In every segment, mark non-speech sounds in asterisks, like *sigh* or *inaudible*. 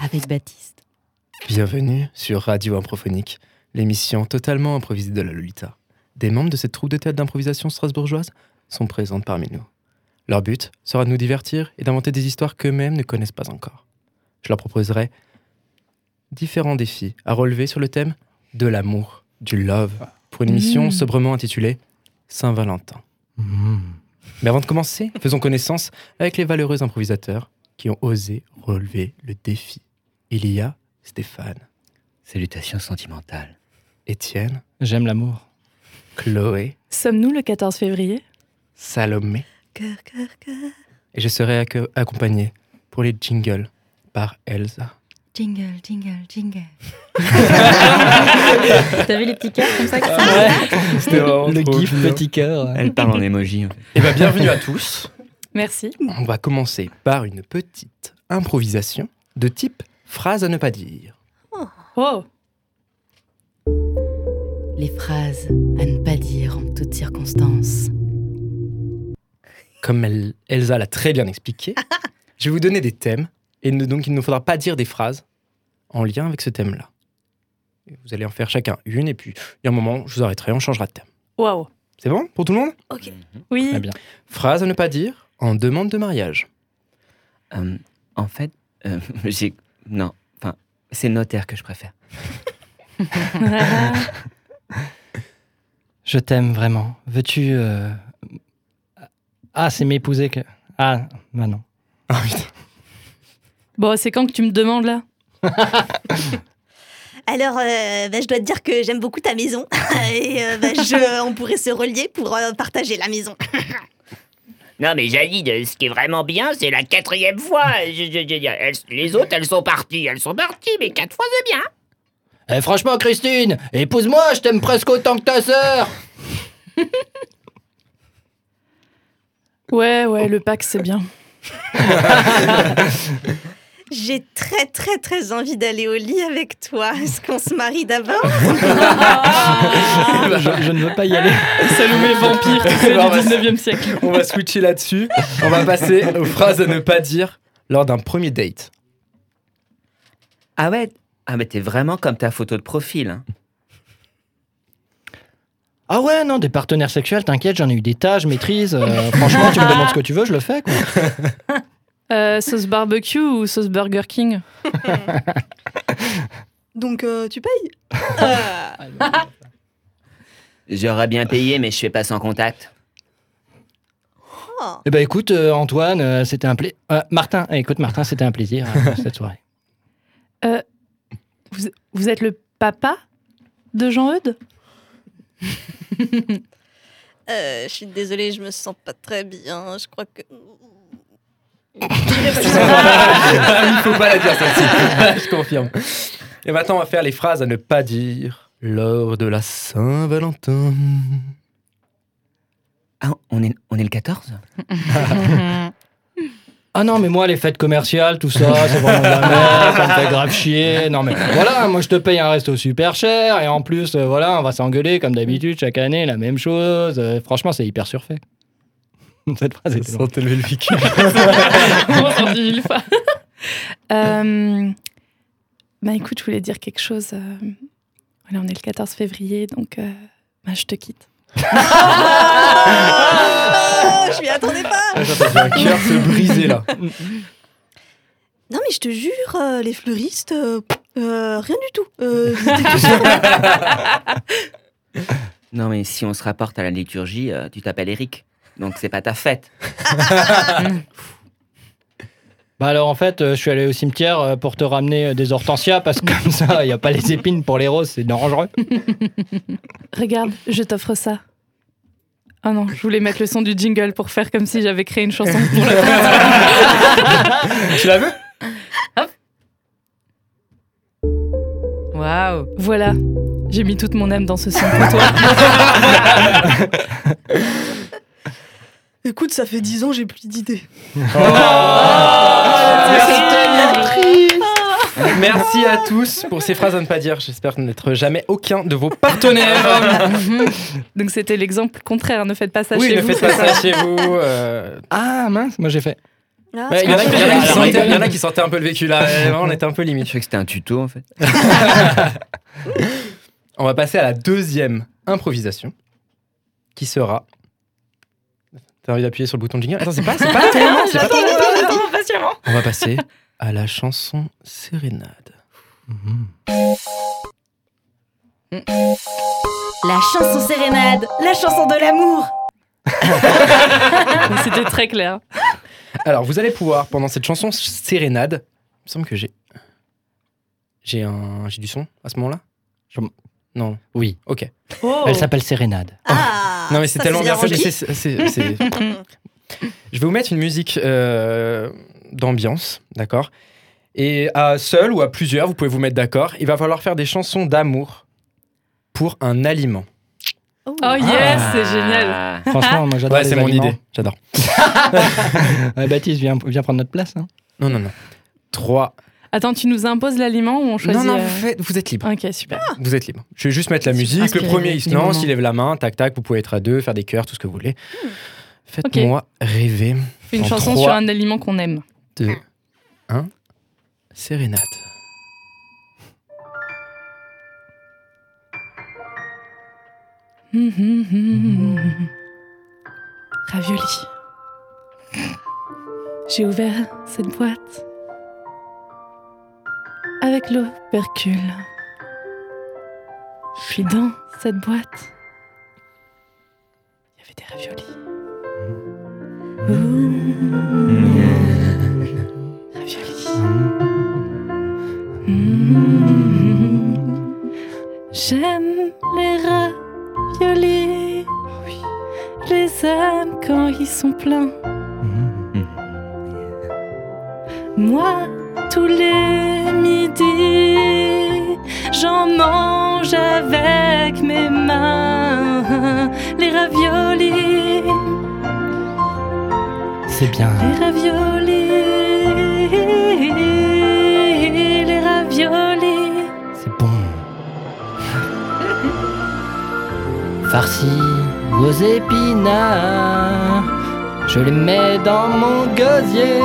Patrick Baptiste. Bienvenue sur Radio Improphonique, l'émission totalement improvisée de la Lolita. Des membres de cette troupe de théâtre d'improvisation strasbourgeoise sont présents parmi nous. Leur but sera de nous divertir et d'inventer des histoires qu'eux-mêmes ne connaissent pas encore. Je leur proposerai différents défis à relever sur le thème de l'amour, du love, pour une émission Mmh. sobrement intitulée Saint-Valentin. Mmh. Mais avant de commencer, faisons connaissance avec les valeureux improvisateurs qui ont osé relever le défi. Il y a Stéphane, Salutations sentimentales. Étienne, J'aime l'amour. Chloé, Sommes-nous le 14 février Salomé, Cœur, cœur, cœur. et je serai acc- accompagné pour les jingles par Elsa. Jingle, jingle, jingle. T'as vu les petits cœurs comme ça qui sont *laughs* Le gif petit cœur. Elle parle en émoji. Et bien, Eh ben, bienvenue à tous. Merci. On va commencer par une petite improvisation de type phrase à ne pas dire. Oh, Les phrases à ne pas dire en toutes circonstances. Comme El- Elsa l'a très bien expliqué, *laughs* je vais vous donner des thèmes et ne- donc il ne faudra pas dire des phrases en lien avec ce thème-là. Et Vous allez en faire chacun une et puis il y a un moment, je vous arrêterai, on changera de thème. waouh. C'est bon pour tout le monde Oui. Très bien. Phrase à ne pas dire en demande de mariage. Euh, en fait, euh, *laughs* j'ai. Non, enfin, c'est notaire que je préfère. Je t'aime vraiment. Veux-tu. euh, Ah, c'est m'épouser que. Ah, bah non. Ah putain. *laughs* bon, c'est quand que tu me demandes là Alors, euh, bah, je dois te dire que j'aime beaucoup ta maison. *laughs* Et euh, bah, *laughs* je- on pourrait se relier pour euh, partager la maison. Non, mais Jalid, euh, ce qui est vraiment bien, c'est la quatrième fois. Je- je- je- elles- les autres, elles sont parties. Elles sont parties, mais quatre fois, c'est bien. Eh, franchement, Christine, épouse-moi, je t'aime presque autant que ta sœur. Ouais, ouais, le pack, c'est bien. J'ai très, très, très envie d'aller au lit avec toi. Est-ce qu'on se marie d'abord je, je ne veux pas y aller. Salomé vampire, *laughs* tu sais, Bon, bah, du 19e siècle. On va switcher là-dessus. On va passer aux phrases à ne pas dire lors d'un premier date. Ah ouais Ah, mais t'es vraiment comme ta photo de profil. hein. Ah ouais, non, des partenaires sexuels, t'inquiète, j'en ai eu des tas, je maîtrise. euh, franchement, tu me demandes ce que tu veux, je le fais, quoi. Euh, sauce barbecue ou sauce Burger King Donc, euh, tu payes Euh, J'aurais bien payé, mais je fais pas sans contact. oh. Eh ben écoute, euh, Antoine, euh, c'était un plaisir. Martin, eh, écoute, Martin, c'était un plaisir euh, cette soirée. vous, vous êtes le papa de Jean-Eudes Euh, je suis désolée, je me sens pas très bien. Je crois *laughs* que. Ah, Il faut pas la dire *laughs* celle-ci. Je confirme. Et maintenant, on va faire les phrases à ne pas dire lors de la Saint-Valentin. Ah, on est, on est le 14 Ah non, mais moi, les fêtes commerciales, tout ça, c'est vraiment *laughs* de la merde, ça me fait grave chier. Non, mais voilà, moi, je te paye un resto super cher, et en plus, euh, voilà, on va s'engueuler comme d'habitude, chaque année, la même chose. Euh, franchement, c'est hyper surfait. *laughs* Cette Ah, phrase est drôle. Sentez-le le vécu. *laughs* Comment ça dit mille fois Euh, Bah écoute, je voulais dire quelque chose. euh, Voilà, on est le 14 février, donc euh, bah, je te quitte. Oh, je m'y attendais pas un cœur se briser là. Non, mais je te jure, euh, les fleuristes, euh, euh, rien du tout. Euh, ils *laughs* étaient tous- Non, mais si on se rapporte à la liturgie, euh, tu t'appelles Eric. Donc c'est pas ta fête. Bah alors, en fait, euh, je suis allé au cimetière euh, pour te ramener euh, des hortensias, parce que comme ça, il n'y a pas les épines pour les roses, c'est dangereux. Regarde, je t'offre ça. Ah non, je voulais mettre le son du jingle pour faire comme si j'avais créé une chanson pour la Tu la veux Waouh Voilà, j'ai mis toute mon âme dans ce son pour toi. *laughs* *laughs* Écoute, ça fait dix ans, j'ai plus d'idées. Oh. Merci à tous pour ces phrases à ne pas dire. J'espère n'être jamais aucun de vos partenaires. Donc c'était l'exemple contraire, ne faites pas ça oui, chez ne vous. faites pas ça chez vous. euh, Ah mince, moi, j'ai fait. Ah, Ouais, c'est il y en a vrai. qui- Il y en a qui Alors, sortaient- il- il y en a qui sortaient un peu le vécu *laughs* là, euh, on était un peu Je limite. croyais que c'était un tuto en fait. On va passer à la deuxième improvisation qui sera. T'as envie d'appuyer sur le bouton de jingle Attends, c'est pas, c'est pas tellement, c'est pas tellement. J'attends impatiemment. On va passer à la chanson Sérénade. La chanson sérénade, la chanson de l'amour. *laughs* C'était très clair. Alors, vous allez pouvoir, pendant cette chanson Sérénade, il me semble que j'ai. J'ai un... j'ai du son à ce moment-là Je- Non, Oui. ok. Oh. Elle s'appelle Sérénade. Ah, non, mais c'est ça, tellement de la bien fait. relique. c'est- c'est- c'est- c'est- *laughs* Je vais vous mettre une musique euh, d'ambiance, d'accord Et à seul ou à plusieurs, vous pouvez vous mettre d'accord. Il va falloir faire des chansons d'amour pour un aliment. Oh yes, Ah. Ah. c'est génial. Franchement, moi j'adore. Ouais, les c'est mon aliments. idée. J'adore. Ouais, Baptiste, viens, viens prendre notre place. hein. Non, non, non. 3. Attends, tu nous imposes l'aliment ou on choisit Non, non, euh, vous, faites- Ah. vous êtes libre. Ok, super. Ah. Vous êtes libre. Je vais juste mettre la Je suis musique. Le inspirée premier, il se du lance, moment. il lève la main, tac, tac. Vous pouvez être à deux, faire des cœurs, tout ce que vous voulez. Hmm. Faites-moi rêver. Une En chanson trois. sur un aliment qu'on aime. 2, 1. Sérénade. Hum, hum, hum, hum. Ravioli. J'ai ouvert cette boîte avec l'opercule. Je suis dans cette boîte. Il y avait des raviolis. Mmh. Ouh. Raviolis. Mmh. J'aime les rats violer. Je les aime quand ils sont pleins. Moi, tous les midis, j'en mange avec mes mains. Les raviolis, C'est bien. les raviolis, les raviolis. C'est bon. Farci aux épinards, je les mets dans mon gosier.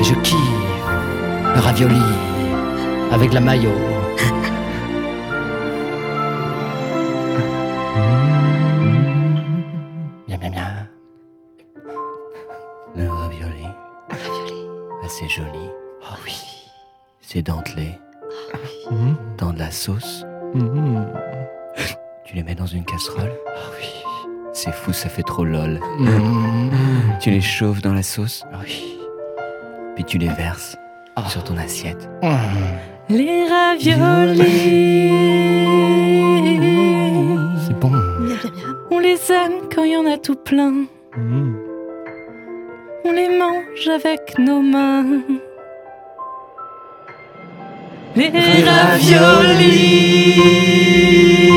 Et je kiffe le ravioli avec la mayo. Miam, miam, miam. Le ravioli. Ah, c'est joli. Ah oui. C'est dentelé. Dans de la sauce. Tu les mets dans une casserole. Ah oui. C'est fou, ça fait trop lol. Tu les chauffes dans la sauce. Ah oui. Puis tu les verses sur ton assiette. Les raviolis. C'est bon. Bien, bien, bien. On les aime quand il y en a tout plein. On les mange avec nos mains. Les raviolis.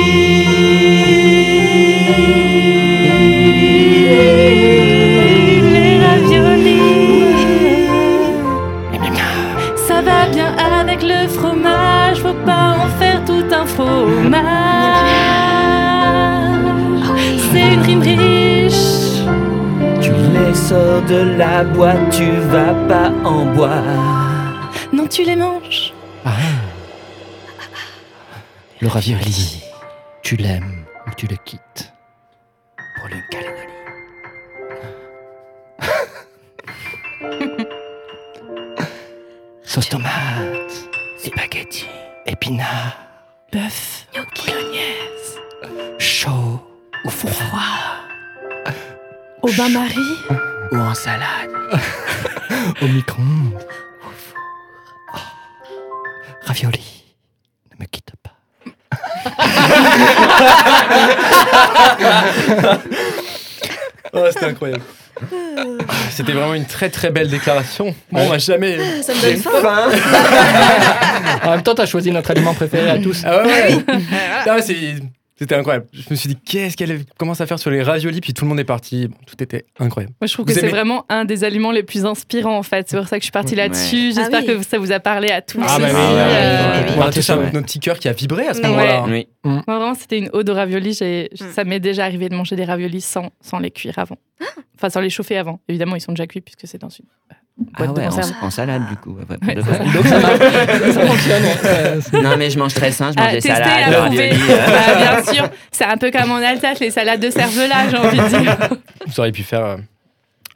Les raviolis. Ça va bien avec le fromage, faut pas en faire tout un fromage. C'est une rime riche. Tu les sors de la boîte, tu vas pas en boire. Non, tu les manges. Le ravioli, tu l'aimes ou tu le quittes Pour le *laughs* calanoli. Sauce tomate, Spaghetti. épinards, Bœuf, bolognaise, chaud ou froid au bain-marie. ou en salade. *laughs* Au micro-ondes. Au four. Ravioli, ne me quitte pas. Oh, c'était incroyable. Ah, C'était vraiment une très très belle déclaration. Bon, on m'a jamais. Ça me donne faim. En même temps, t'as choisi notre aliment préféré à tous. *laughs* Ah ouais, ouais. Non, mais c'est. c'est C'était incroyable. Je me suis dit, qu'est-ce qu'elle commence à faire sur les raviolis Puis tout le monde est parti. Bon, tout était incroyable. Moi, je trouve Vous que c'est aimez- vraiment un des aliments les plus inspirants, en fait. C'est pour ça que je suis partie là-dessus. J'espère oui. que ça vous a parlé à tous. Ah, bah aussi. oui, oui, oui, Euh, oui, oui. On a touché ça, ouais. notre petit cœur qui a vibré à ce Ouais. moment-là. hein. Oui. Moi, vraiment, c'était une eau de ravioli. J'ai- Mm. Ça m'est déjà arrivé de manger des raviolis sans, sans les cuire avant. Enfin, sans les chauffer avant. Évidemment, ils sont déjà cuits puisque c'est dans une Ah boîte de ouais, en, conserve. en salade du coup. ouais, ouais, Ouais, de c'est vrai. *laughs* Donc ça *laughs* marche. Ça fonctionne. ouais. Non mais je mange très sain, je Ah, mange des tester, salades. à prouver. ravioli, *laughs* euh. Bah, bien sûr, c'est un peu comme en Alsace, les salades de cervelas, j'ai envie de dire. Vous auriez pu faire euh,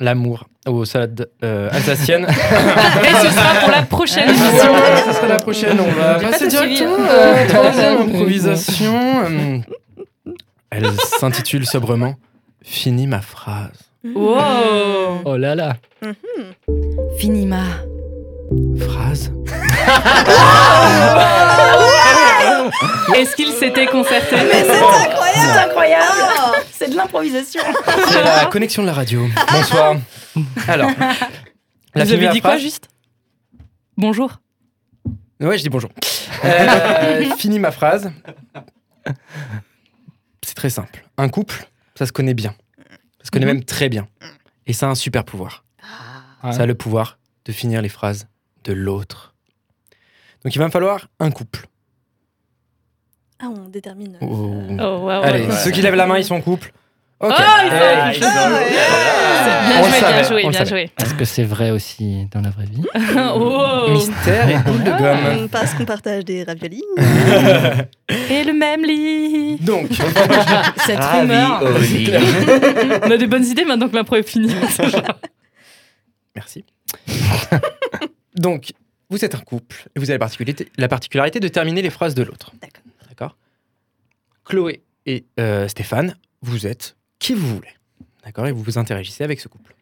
l'amour aux salades euh, alsaciennes. Et ce sera pour la prochaine émission. ce sera la prochaine. On va J'ai pas passer Ah, tout suivi, directement hein. à la troisième improvisation. Hum. Elle s'intitule sobrement Finis ma phrase. Wow. Oh là là. Finima. Phrase Est-ce qu'ils s'étaient concertés Incroyable Incroyable Oh. C'est de l'improvisation C'est la connexion de la radio. Bonsoir. Alors, la Vous avez première dit quoi phrase- juste Bonjour. Ouais, je dis bonjour. Euh, fini ma phrase. C'est très simple. Un couple, ça se connaît bien. Ça se connaît même très bien. Et ça a un super pouvoir. Ouais. Ça a le pouvoir de finir les phrases de l'autre. Donc il va me falloir un couple. Ah, on détermine. Oh. Oh, waouh. Allez, ouais. ceux qui lèvent la main, ils sont en couple. Ok. Eh, Euh, Ah, ils ont- On Bien joué, le bien savait, joué, on le bien savait. joué. Est-ce que c'est vrai aussi dans la vraie vie *laughs* Wow. Mystère et boule de On gomme. ne Euh, Parce qu'on partage des raviolis. Et le même *laughs* lit. Donc, Cette rumeur. Ravioli. On a des bonnes idées maintenant que l'impro est *laughs* finie. Merci. *laughs* Donc, vous êtes un couple et vous avez la particularité, la particularité de terminer les phrases de l'autre. D'accord. D'accord Chloé et euh, Stéphane, vous êtes qui vous voulez. D'accord Et vous vous interagissez avec ce couple.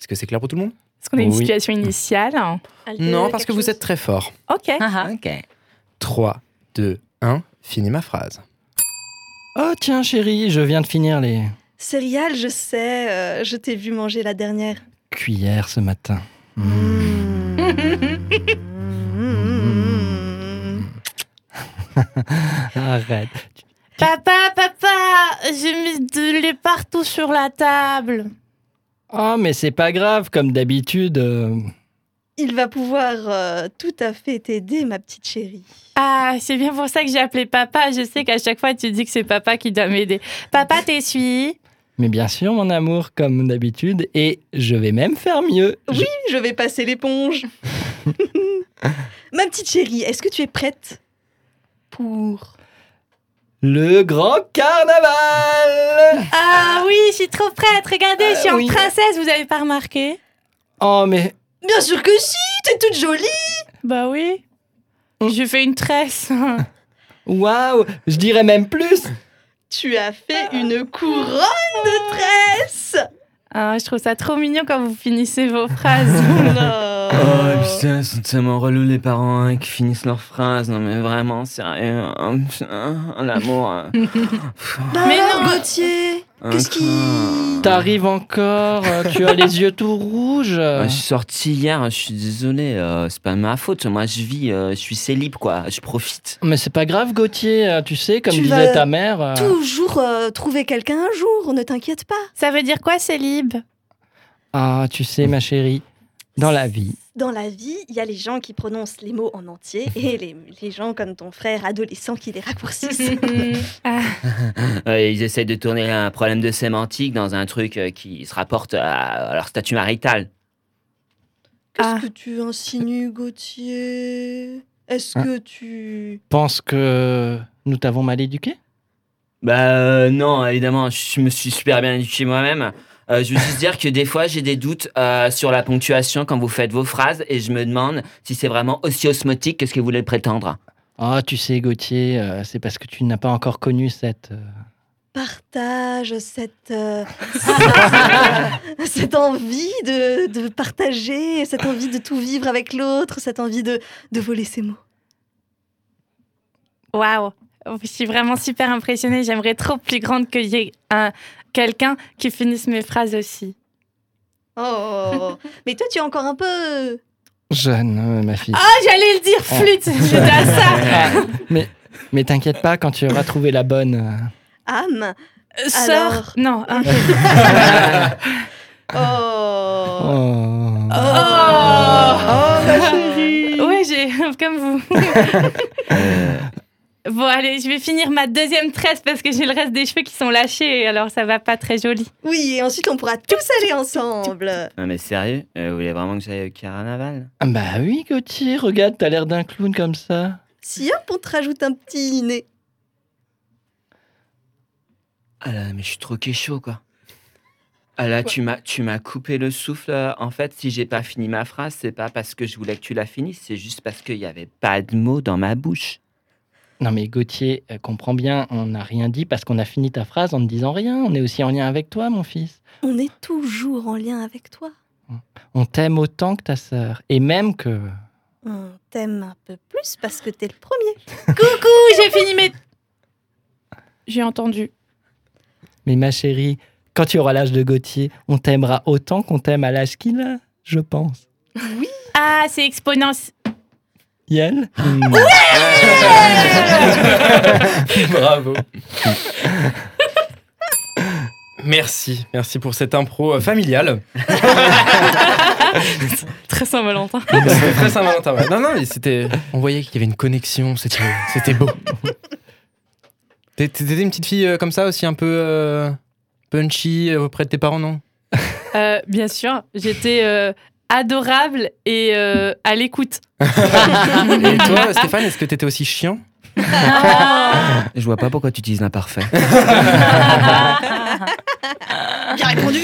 Est-ce que c'est clair pour tout le monde Est-ce qu'on a une Oui. situation initiale Non, parce que vous êtes très fort. Ok. Ah. Ok. 3, 2, 1, finis ma phrase. Oh tiens chérie, je viens de finir les Céréales, je sais, euh, je t'ai vu manger la dernière. cuillères ce matin. *laughs* Arrête. Papa, papa, j'ai mis de lait partout sur la table. Oh mais c'est pas grave, comme d'habitude. euh, Il va pouvoir euh, tout à fait t'aider, ma petite chérie. Ah, c'est bien pour ça que j'ai appelé papa. Je sais qu'à chaque fois, tu dis que c'est papa qui doit m'aider. Papa, t'essuie Mais bien sûr mon amour, comme d'habitude, et je vais même faire mieux. Je- Oui, je vais passer l'éponge. *laughs* ma petite chérie, est-ce que tu es prête pour... Le grand carnaval Ah oui, je suis trop prête. Regardez, je suis Ah en oui. princesse, vous avez pas remarqué Oh mais Bien sûr que si, t'es toute jolie. Bah oui. J'ai fait une tresse. *laughs* waouh, je dirais même plus. Tu as fait une couronne de tresses. Ah, je trouve ça trop mignon quand vous finissez vos phrases. Non. Oh *laughs* putain, c'est tellement relou les parents hein, qui finissent leurs phrases. Non mais vraiment, sérieux. Oh, putain, L'amour. hein. Mais non. Gauthier. Qu'est-ce qui- Incroyable. T'arrives encore, euh, tu as les yeux tout rouges. Ouais, Euh, je suis sorti hier, hein, je suis désolé, euh, c'est pas de ma faute. Moi je vis, euh, je suis célib quoi, je profite. *laughs* Mais c'est pas grave, Gauthier, euh, tu sais, comme Tu disait vas ta mère. Ah. euh, Toujours euh, trouver quelqu'un un jour, ne t'inquiète pas. Ça veut dire quoi, célib Ah, tu sais, ma chérie, dans la vie. Dans la vie, il y a les gens qui prononcent les mots en entier et les, les gens comme ton frère adolescent qui les raccourcissent. Euh, ils essaient de tourner un problème de sémantique dans un truc euh, qui se rapporte à, à leur statut marital. Qu'est-ce Ah. que tu insinues, Gauthier Est-ce Ah. Hein que tu... Pense que nous t'avons mal éduqué Bah euh, non, évidemment, je me suis super bien éduqué moi-même. Euh, je veux juste dire que des fois j'ai des doutes euh, sur la ponctuation quand vous faites vos phrases et je me demande si c'est vraiment aussi osmotique que ce que vous voulez prétendre. Ah, tu sais, Gauthier, euh, c'est parce que tu n'as pas encore connu cette. euh, Partage cette, euh, *laughs* cette, euh, cette envie de, de partager, cette envie de tout vivre avec l'autre, cette envie de, de voler ses mots. *laughs* Waouh, Oh, je suis vraiment super impressionnée. J'aimerais trop plus grande qu'il y ait un quelqu'un qui finisse mes phrases aussi. Oh, *laughs* mais toi, tu es encore un peu. Jeanne, euh, ma fille. Ah. Oh, j'allais le dire, flûte. J'étais à Ah. ça. Mais Mais t'inquiète pas, quand tu auras trouvé la bonne. euh, Âme Euh, Sœur Alors. Non. hein. Ah. *laughs* Oh oh. Oh, ma chérie Ouais, j'ai *laughs* comme vous. bon, allez, je vais finir ma deuxième tresse parce que j'ai le reste des cheveux qui sont lâchés, alors ça va pas très joli. Oui, et ensuite on pourra tous aller ensemble. Non, mais sérieux euh, Vous voulez vraiment que j'aille au carnaval Ah Bah oui, Gauthier, regarde, t'as l'air d'un clown comme ça. Si hop, on te rajoute un petit nez. Ah là, mais je suis trop chaud quoi. Ah là, tu m'as, tu m'as coupé le souffle. euh, En fait, si j'ai pas fini ma phrase, c'est pas parce que je voulais que tu la finisses, c'est juste parce qu'il y avait pas de mots dans ma bouche. Non mais Gauthier, euh, comprends bien, on n'a rien dit parce qu'on a fini ta phrase en ne disant rien. On est aussi en lien avec toi, mon fils. On est toujours en lien avec toi. On t'aime autant que ta sœur. Et même que... On t'aime un peu plus parce que t'es le *laughs* premier. Coucou, j'ai fini mes. J'ai entendu. Mais ma chérie, quand tu auras l'âge de Gauthier, on t'aimera autant qu'on t'aime à l'âge qu'il a, je pense. Ah, c'est exponence. *laughs* Yael Bravo. Merci, merci pour cette impro euh, familiale. Très Saint-Valentin. C'était Ah, très Saint-Valentin. ouais. Non, non, mais c'était. On voyait qu'il y avait une connexion, c'était c'était *laughs* beau. T'é- T'étais une petite fille euh, comme ça aussi, un peu euh, punchy euh, auprès de tes parents, non Euh, bien sûr, j'étais euh, adorable et euh, à l'écoute. Et *laughs* toi, Stéphane, est-ce que t'étais aussi chiant Ah. Je vois pas pourquoi tu utilises l'imparfait. *laughs* Bien répondu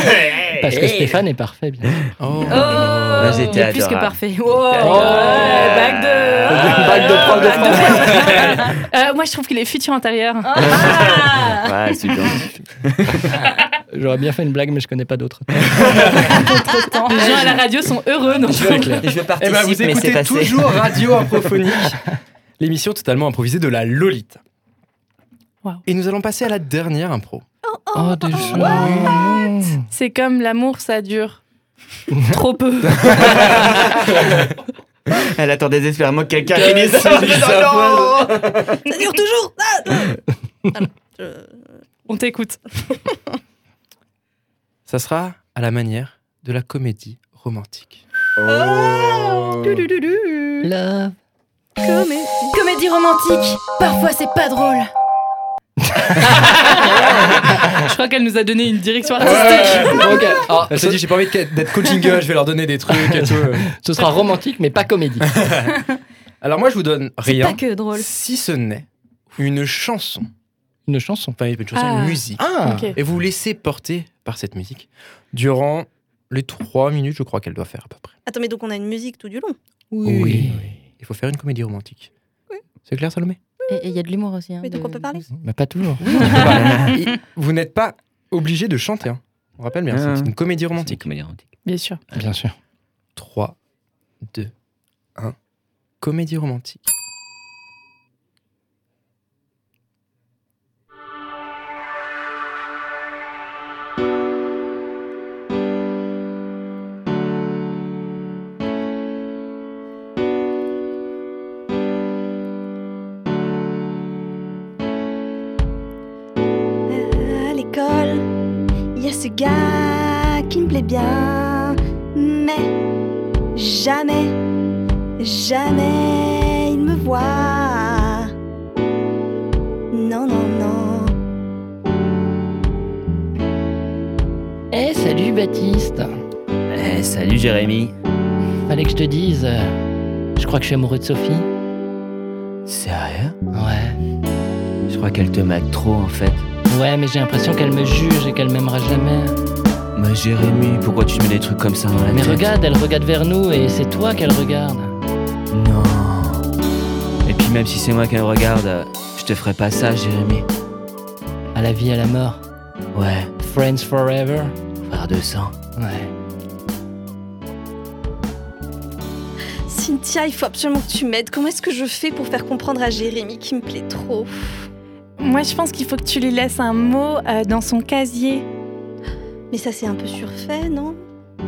*laughs* Parce que Stéphane est parfait, bien sûr. Oh. Bah, j'étais il est plus que adorable. parfait. Oh, adorable. bague de. Bague de prof de Bague de- Euh, moi, je trouve qu'il est futur intérieur. *laughs* Ouais, c'est bien. J'aurais bien fait une blague, mais je connais pas d'autres. Les gens à la radio sont heureux. non Je Eh participe, ben, vous mais c'est écoutez passé. toujours Radio Improphonique, l'émission totalement improvisée de la Lolita. Wow. Et nous allons passer à la dernière impro. Oh, déjà C'est comme l'amour, ça dure. Trop peu. *laughs* Elle attend désespérément que quelqu'un finisse. Ça dure toujours Ah, non. Voilà. Je- On t'écoute. Ça sera à la manière de la comédie romantique. Love. Ah, Comme et- Comédie romantique, parfois c'est pas drôle. Je crois qu'elle nous a donné une direction artistique. Oh, Ok, alors, Elle ce, s'est dit, j'ai pas envie de- d'être coaching, je vais leur donner des trucs et tout. ce sera romantique, mais pas comédie. Alors moi, je vous donne C'est rien, pas que drôle. si ce n'est une chanson. Une chanson. Enfin, une chanson, Ah. une musique. Ah Ok. Et vous vous laissez porter par cette musique durant les trois minutes, je crois qu'elle doit faire à peu près. Attends, mais donc on a une musique tout du long. Oui. Il faut faire une comédie romantique. C'est clair, Salomé Et il y a de l'humour aussi. hein, Mais donc de- on peut parler Mais pas toujours. Et vous n'êtes pas obligé de chanter. hein. On rappelle bien, Ah. c'est une comédie romantique. Bien sûr. Bien sûr. 3, 2, 1. Comédie romantique. À l'école, il y a ce gars qui me plaît bien, mais jamais, jamais il me voit. Non, non, non. Eh, salut Baptiste. Eh, salut Jérémy. Fallait que je te dise. euh, Je crois que je suis amoureux de Sophie. Sérieux Ouais. Je crois qu'elle te mate trop en fait. Ouais, mais j'ai l'impression qu'elle me juge et qu'elle m'aimera jamais. Mais Jérémy, pourquoi tu mets des trucs comme ça dans la Mais tête regarde, elle regarde vers nous et c'est toi qu'elle regarde. Non. Et puis même si c'est moi qu'elle regarde, euh, je te ferai pas ça, Jérémy. À la vie, à la mort. Ouais, Friends forever. frère de sang. Ouais. Cynthia, il faut absolument que tu m'aides. Comment est-ce que je fais pour faire comprendre à Jérémy qui me plaît trop Moi, je pense qu'il faut que tu lui laisses un mot euh, dans son casier. Mais ça, c'est un peu surfait, non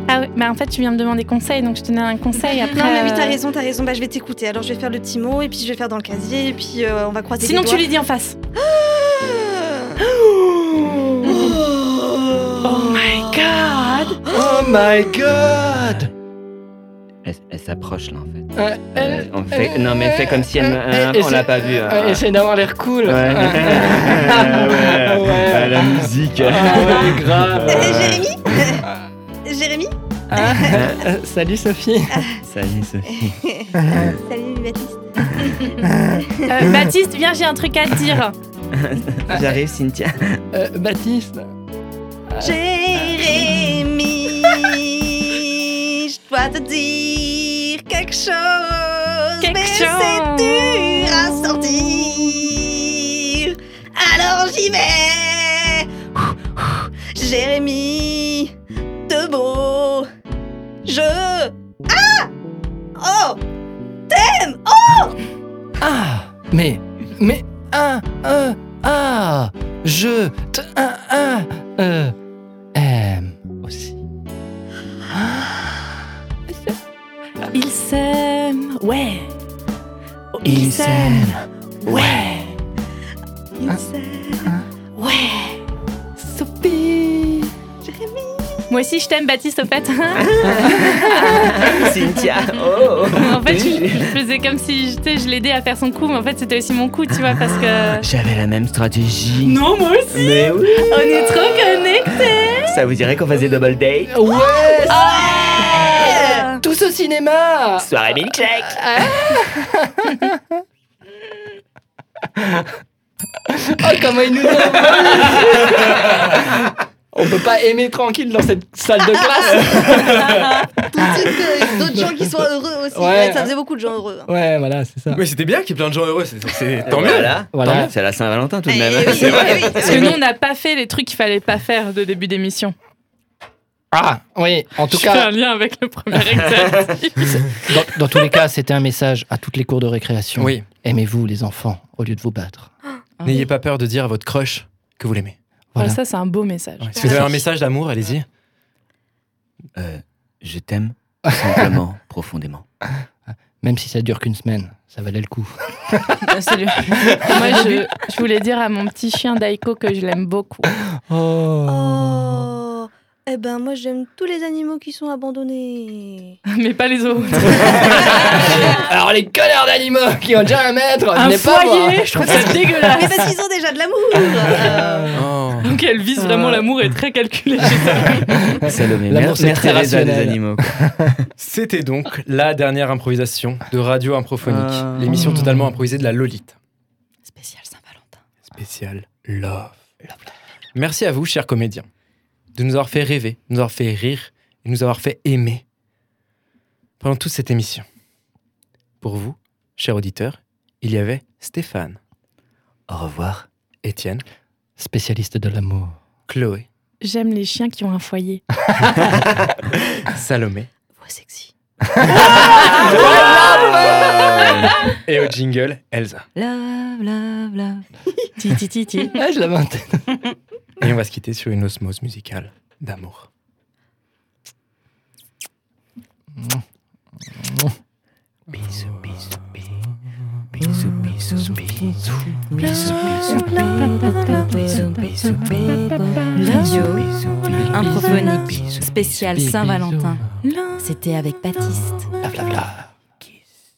Ah oui, bah en fait, tu viens me demander conseil, donc je te donne un conseil après. Non, mais oui, t'as euh, raison, t'as raison. Bah, je vais t'écouter. Alors, je vais faire le petit mot, et puis je vais faire dans le casier, et puis euh, on va croiser Sinon, les *laughs* tu lui dis en face. Oh my god Oh my god Elle, elle s'approche là en fait. Ouais, Euh, on fait- non mais elle fait comme si elle, me- euh, euh, on l'a pas vu. Ouais, hein. Essaye d'avoir l'air cool. Ouais. *laughs* Ah ouais. Ah, La musique. Ah ouais, grave. Eh, Jérémy *laughs* Jérémy Ah, euh, *laughs* salut Sophie. Salut Sophie. Salut, Baptiste. Euh, Baptiste, viens, j'ai un truc à te dire. Ah. J'arrive Cynthia. Euh, Baptiste. Ah. *laughs* Jérémy Je dois te dire quelque chose, Quelque mais chose. c'est dur à sortir. Alors j'y vais Jérémy De beau Je... Ah Oh Ah, mais, mais, ah, euh, ah, je, te, ah, ah, euh, aime aussi. Il s'aime. Ouais. Il s'aime. Ouais. Il Ah. s'aime. Ouais. Sophie. Moi aussi, je t'aime, Baptiste, au fait. Cynthia. Oh. en fait, je, je faisais comme si tu sais, je l'aidais à faire son coup, mais en fait, c'était aussi mon coup, tu vois, parce que. J'avais la même stratégie. Non, moi aussi. Mais oui. On est trop connectés. Ça vous dirait qu'on faisait double date Ouais, tous au cinéma. Ah. Soirée milkshake. Oh, comment il nous aime. On peut pas aimer tranquille dans cette salle de classe. Ah. Tout de suite, euh, d'autres gens qui sont heureux aussi. Ouais. Ouais, ça faisait beaucoup de gens heureux. hein. Ouais, voilà, c'est ça. Ah. Mais c'était bien qu'il y ait plein de gens heureux, c'est- c'est Tant tant mieux mieux. là. Voilà. C'est la Saint-Valentin tout de Eh même. oui, *laughs* eh oui, eh Parce que nous, on n'a pas fait les trucs qu'il fallait pas faire de début d'émission. Ah, oui, en tout Je fais cas, un lien avec le premier exercice. dans, dans tous les cas, c'était un message à toutes les cours de récréation. Oui. Aimez-vous les enfants au lieu de vous battre. N'ayez pas peur de dire à votre crush que vous l'aimez. Voilà. Ah, Ça, c'est un beau message. Si vous avez un message d'amour, allez-y. Euh, je t'aime simplement, profondément. Même si ça dure qu'une semaine, ça valait le coup. Absolument. Moi, je, je voulais dire à mon petit chien Daiko que je l'aime beaucoup. Oh. Oh Eh ben moi j'aime tous les animaux qui sont abandonnés. *laughs* Mais pas les autres. *laughs* Alors les connards d'animaux qui ont déjà un maître, Un venez pas voir. foyer, je trouve ça Mais dégueulasse. parce qu'ils ont déjà de l'amour Euh, Oh. Donc elle vise vraiment l'amour et très calculé. chez ça. Salomé, L'amour, mère, c'est mère très Teresa des rationnel. animaux. C'était donc la dernière improvisation de Radio Improphonique, Ah. l'émission totalement improvisée de la Lolite. Spécial Saint-Valentin. Spécial Love. Merci à vous, chers comédiens, de nous avoir fait rêver, de nous avoir fait rire et de nous avoir fait aimer pendant toute cette émission. Pour vous, chers auditeurs, il y avait Stéphane, Au revoir. Étienne, Spécialiste de l'amour. Chloé, J'aime les chiens qui ont un foyer. Salomé Voix sexy. et au jingle, Elsa. Love, love, love. Ti, ti, ti, ti. Ah, je l'avais en tête. Et on va se quitter sur une osmose musicale d'amour. Bisous, bisous, bisous. Bisous, bisous, bisous. Bisous, bisous, bisous. Bisous, bisous, Radio bisous. Improphonique. Spécial Bisous. Saint-Valentin. C'était avec Baptiste. Bla, bla, bla.